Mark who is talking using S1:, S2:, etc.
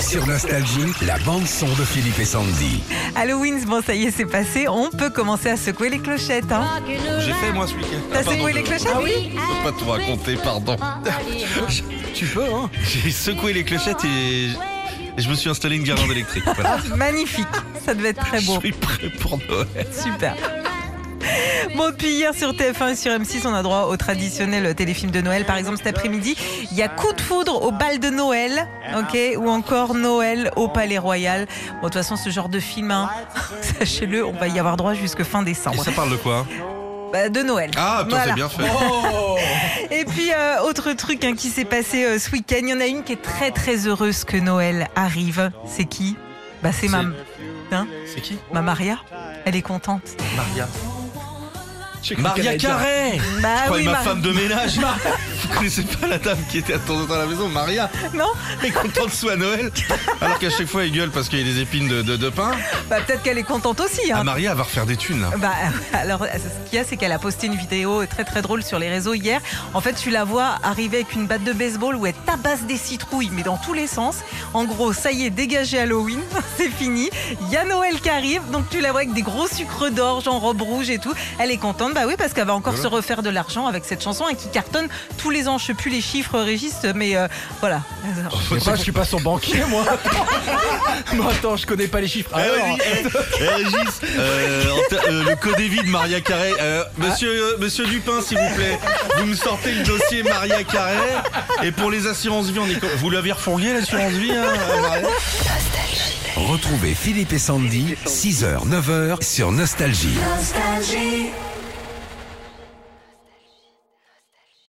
S1: Sur Nostalgie, la bande-son de Philippe et Sandy.
S2: Halloween, bon ça y est, c'est passé. On peut commencer à secouer les clochettes. Hein.
S3: J'ai fait moi ce week-end.
S2: T'as secoué les clochettes
S3: Je peux pas tout raconter, pardon.
S4: Tu peux, hein
S3: J'ai secoué les clochettes et je- je me suis installé une guirlande électrique. Voilà.
S2: Ah, Magnifique, ça devait être très
S3: Je
S2: beau.
S3: suis prêt pour Noël.
S2: Super. Bon, depuis hier sur TF1 et sur M6, on a droit au traditionnel téléfilm de Noël. Par exemple, cet après-midi, il y a Coup de foudre au bal de Noël, ok, ou encore Noël au Palais Royal. Bon, de toute façon, ce genre de film, hein, sachez-le, on va y avoir droit jusque fin
S3: Et
S2: décembre.
S3: ça parle de quoi hein
S2: Bah, de Noël.
S3: Ah, toi,
S2: Voilà.
S3: c'est bien fait.
S4: Oh
S2: Et puis, euh, autre truc hein, qui s'est passé euh, ce week-end, il y en a une qui est très très heureuse que Noël arrive. C'est qui Bah, c'est ma, hein
S3: C'est qui
S2: ma Maria. Elle est contente.
S3: Maria. Maria Carré
S2: Bah
S3: Croyez Ah ma
S2: Mar-
S3: femme de ménage Vous connaissez pas la dame qui était attendante à la maison, Maria
S2: Non
S3: Elle est contente de soi à Noël Alors qu'à chaque fois elle gueule parce qu'il y a des épines de, de- de pain.
S2: Bah, peut-être qu'elle est contente aussi.
S3: Ah,
S2: Hein.
S3: Maria elle va refaire des thunes là.
S2: Bah, alors, ce qu'il y a, c'est qu'elle a posté une vidéo très très drôle sur les réseaux hier. En fait, tu la vois arriver avec une batte de baseball où elle tabasse des citrouilles, mais dans tous les sens. En gros, ça y est, dégagé Halloween, c'est fini. Il y a Noël qui arrive, donc tu la vois avec des gros sucres d'orge en robe rouge et tout. Elle est contente, bah oui, parce qu'elle va encore
S3: Voilà.
S2: se refaire de l'argent avec cette chanson hein, qui cartonne tous les ans. Je sais plus les chiffres, Régis, mais euh, voilà.
S4: Je sais pas, je suis pas son banquier, moi. moi, attends, je connais pas les chiffres.
S3: Eh,
S4: Alors,
S3: Régis, eh, eh, Régis, euh, en ter- euh, le code est vide, Maria Carré. Euh, monsieur, euh, monsieur Dupin, s'il vous plaît, vous me sortez le dossier Maria Carré. Et pour les assurances vie, on est. co- Vous l'avez refourgué, l'assurance vie, hein, euh, Maria
S1: Retrouvez Philippe et Sandy, 6h, 9h sur Nostalgie.